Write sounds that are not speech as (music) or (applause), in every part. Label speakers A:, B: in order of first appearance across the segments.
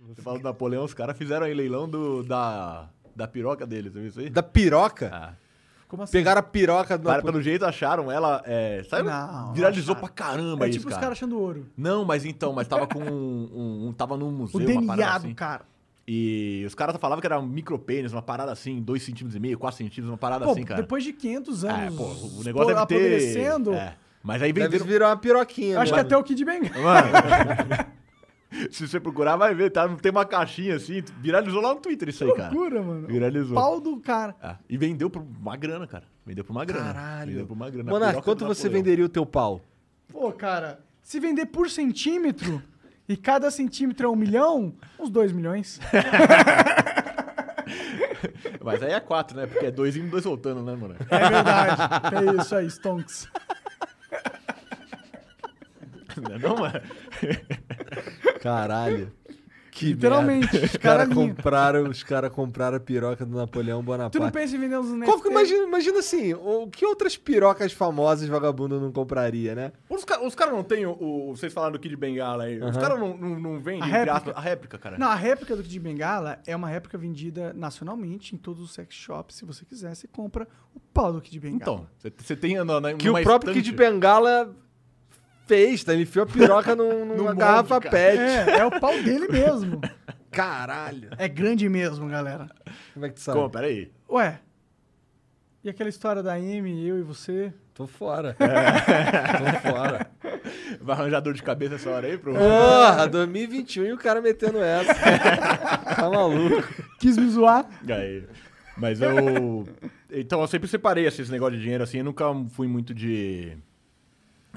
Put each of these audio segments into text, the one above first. A: Você fala do Napoleão, os caras fizeram aí leilão do, da, da piroca dele, você viu isso aí?
B: Da piroca?
A: Ah.
C: Como assim?
B: Pegaram a piroca do
A: Cara,
B: Napoleão.
A: pelo jeito acharam ela. É, saiu-
C: Não,
A: viralizou
C: acharam.
A: pra caramba
C: é
A: isso,
C: tipo os
A: cara.
C: caras achando ouro.
A: Não, mas então, mas tava com um. um- um- tava num museu,
C: O
A: uma parada
C: DNA
A: assim.
C: do cara.
A: E os caras falavam que era um micropênis, uma parada assim, 2 centímetros e meio, 4 centímetros, uma parada
C: Pô,
A: assim, cara.
C: depois de 500
A: É,
C: anos.
A: pô, o negócio deve
C: expo-
A: ter...
C: apodrecendo,
A: É. Mas aí
B: Deve
A: venderam...
B: virar uma piroquinha.
C: Acho que
B: né?
C: até o Kid Bengala. é
A: Mano, se você procurar, vai ver, tá? Tem uma caixinha assim, viralizou lá no Twitter isso aí, cara.
C: Loucura, mano.
A: Viralizou.
C: Pau do cara.
A: É, E vendeu por uma grana, cara. Vendeu por uma grana. Vendeu
B: Caralho.
A: por uma grana.
B: Monarca,
A: Piroca
B: quanto
A: do
B: você
A: Napoleão.
B: venderia o teu pau?
C: Pô, cara, se vender por centímetro e cada centímetro é um milhão, uns dois
A: (laughs)
C: milhões.
A: Mas aí é quatro, né? Porque é dois indo, dois voltando, né, mano?
C: É verdade. é isso aí, Stonks.
A: (laughs) Não, é não mano?
B: Caralho. Que
C: Literalmente,
B: merda. Os caras
C: caralhinho.
B: compraram, os cara compraram a piroca do Napoleão
C: Tu não
B: Bonaparte.
C: pensa né? em vender uns
B: Qual
C: NFT?
B: que- imagina, imagina assim, o que outras pirocas famosas vagabundo não compraria, né?
A: Os caras os cara não tem o, o- Vocês falaram do Kid Bengala aí. Os caras não, não, não vendem
C: A
A: entre
C: réplica.
A: aspas, a réplica, cara.
C: Não, a réplica do Kid Bengala é uma réplica vendida nacionalmente em todos os sex shops. Se você quiser, você compra o pau do Kid Bengala.
A: Então, você- você tem. Na, na,
B: Que o próprio Kid Bengala fez, tá? Ele enfiou a piroca num, numa
A: molde,
B: garrafa
A: cara.
B: pet.
C: É, é o pau dele mesmo.
B: Caralho.
C: É grande mesmo, galera.
B: Como é que tu sabe?
A: Como? Peraí.
C: Ué, e aquela história da Amy, eu e você?
B: Tô fora. Tô fora.
A: Vai arranjar dor de cabeça essa hora aí pro.
B: Porra, 2021 e o cara metendo essa. (laughs) tá maluco.
C: Quis me zoar?
A: Aí. Mas eu. Então, eu sempre separei assim, esse negócio de dinheiro, assim. Eu nunca fui muito de.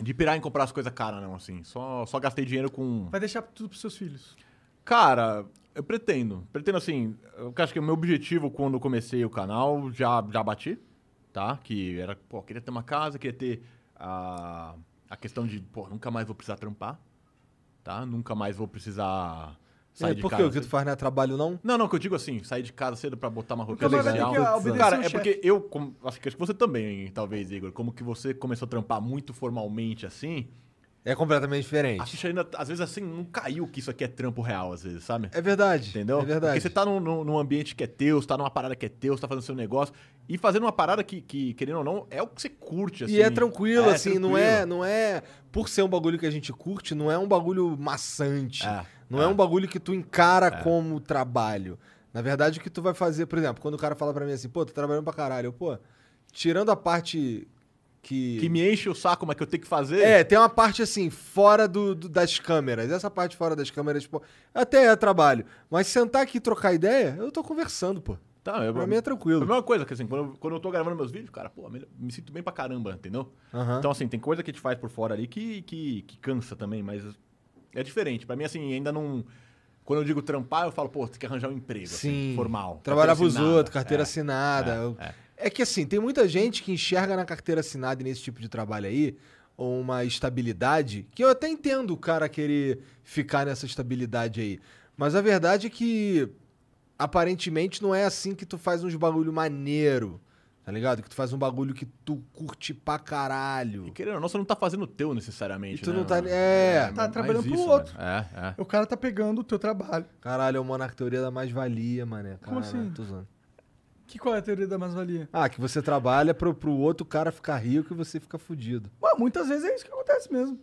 A: De pirar em comprar as coisas caras, não, assim. Só, só gastei dinheiro com.
C: Vai deixar tudo pros seus filhos.
A: Cara, eu pretendo. Pretendo, assim. Eu acho que o meu objetivo quando eu comecei o canal já, já bati, tá? Que era, pô, queria ter uma casa, queria ter a, a questão de, pô, nunca mais vou precisar trampar, tá? Nunca mais vou precisar sair
B: É,
A: de
B: por que
A: casa.
B: o que tu faz não é trabalho, não?
A: Não, não, que eu digo assim, sair de casa cedo pra botar uma roupa
B: é
C: Nunca mais vai ter
A: social.
C: que obedecer
A: Cara,
C: um
A: é
C: chefe.
A: porque eu, como- acho que acho que você também, hein, talvez, Igor, como que você começou a trampar muito formalmente assim,
B: É completamente diferente.
A: a ficha ainda, às vezes assim, não caiu que isso aqui é trampo real, às vezes, sabe?
B: É verdade.
A: Entendeu?
B: É verdade.
A: Porque você tá num, num- num ambiente que é teu, você tá numa parada que é teu, você tá fazendo seu negócio. E fazendo uma parada que, que, querendo ou não, é o que você curte, assim.
B: E é tranquilo,
A: É,
B: assim, não é,
A: tranquilo.
B: não é. Por ser um bagulho que a gente curte, não é um bagulho maçante.
A: É,
B: não é. um bagulho que tu encara como trabalho. Na verdade, o que tu vai fazer, por exemplo, quando o cara fala pra mim assim, pô, tô trabalhando pra caralho, eu, pô, tirando a parte que.
A: Que me enche o saco, mas que eu tenho que fazer.
B: É, tem uma parte assim, fora do, do- das câmeras. Essa parte fora das câmeras, pô, até é trabalho. Mas sentar aqui e trocar ideia, eu tô conversando, pô.
A: Tá, eu,
B: Pra mim é
A: É a
B: tranquilo.
A: mesma coisa, que assim, quando eu, quando eu tô gravando meus vídeos, cara, pô, me, me sinto bem pra caramba, entendeu?
B: Aham.
A: Então, assim, tem coisa que a gente faz por fora ali que, que, que cansa também, mas é diferente. Pra mim, assim, ainda não. Quando eu digo trampar, eu falo, pô, tem que arranjar um emprego, assim, formal. assim,
B: Trabalhar pros
A: carteira
B: outros, carteira
A: assinada.
B: assinada. Eu- É, que assim, tem muita gente que enxerga na carteira assinada e nesse tipo de trabalho aí uma estabilidade, que eu até entendo o cara querer ficar nessa estabilidade aí. Mas a verdade é que aparentemente não é assim que tu faz uns bagulho maneiro, tá ligado? Que tu faz um bagulho que tu curte pra
A: É. E
B: caralho.
A: querendo ou não, você não tá fazendo o teu necessariamente.
B: Tipo, E tu
A: né,
B: não tá-
A: mano?
B: é.
A: mas
C: Tá trabalhando pro
A: isso,
C: outro.
A: né? É, é.
C: O cara tá pegando o teu trabalho.
B: Caralho, é o Monarca Teoria da mais-valia, mané.
C: Como
B: Caralho,
C: assim?
B: tô zoando.
C: Que qual é a teoria da mais-valia?
B: Ah, que você trabalha pro, pro outro cara ficar rico e você fica fudido.
C: Ué, muitas vezes é isso que acontece mesmo.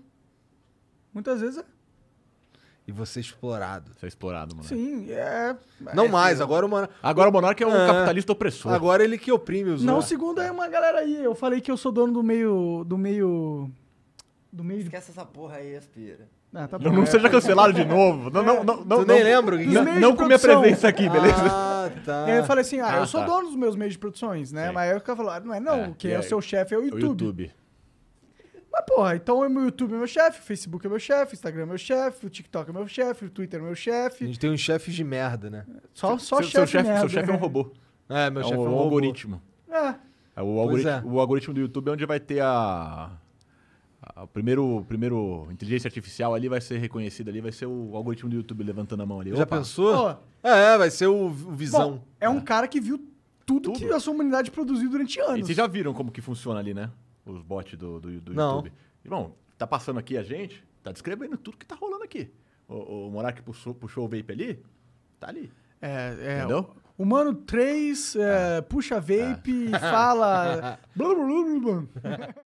C: Muitas vezes é.
B: E você é explorado.
A: Isso é explorado, mano.
C: Sim, é.
B: Não
C: é-
B: mais, agora o Mona...
A: Agora o Monark é um
B: É.
A: capitalista opressor.
B: Agora ele que oprime os
C: Não,
B: outros.
C: segundo é uma galera aí. Eu falei que eu sou dono do meio. Do meio. Do meio.
D: Esquece essa porra aí, aspira.
C: Ah, tá
A: Não, (laughs)
C: bom.
A: não
C: É.
A: seja cancelado de novo. Não, não, não. não
B: Tu nem
A: não-
B: lembra o que
C: Dos
B: que-
A: Não,
C: meios
A: não
C: de
A: com minha
C: produção.
A: presença aqui, beleza?
B: Ah, tá.
C: E aí eu falei assim, ah,
A: Ah,
C: eu sou
A: tá.
C: dono dos meus meios de produções, né?
A: Sim.
C: Mas aí o cara falou, ah, não é não,
A: É,
C: quem
A: e
C: é o
A: aí-
C: seu chefe é o
A: O
C: YouTube.
A: YouTube.
C: Mas porra, então o meu YouTube é meu chefe, o Facebook é meu chefe, o Instagram é meu chefe, o TikTok é meu chefe, o Twitter é meu
B: A
C: chefe.
B: gente tem uns chefes de merda, né?
C: Só, só
A: seu, seu
C: chefe
A: chefe,
C: merda. né?
A: seu chefe é um robô.
B: É, meu
A: é um,
B: chefe é um,
A: um
B: robô.
A: algoritmo.
C: É.
A: É o, algoritmo
B: é.
A: o algoritmo do YouTube é onde vai ter a. a- O primeiro, o primeiro inteligência artificial ali vai ser reconhecida ali, vai ser o algoritmo do YouTube levantando a mão ali.
B: Já
A: Opa.
B: pensou?
C: Pô,
B: É, é, vai ser o, o Visão.
C: bom, é um cara que viu tudo, que a sua humanidade produziu durante
A: E
C: anos.
A: vocês já viram como que funciona ali, né? Os bots do, do, do
B: Não.
A: YouTube. Irmão, tá passando aqui a gente, tá descrevendo tudo que tá rolando aqui. O, o Monark puxou, puxou o vape ali, Tá ali.
C: É, é,
A: Entendeu? É. (laughs)
C: Humano 3, é, puxa vape, fala. blá, blá, blá, blá.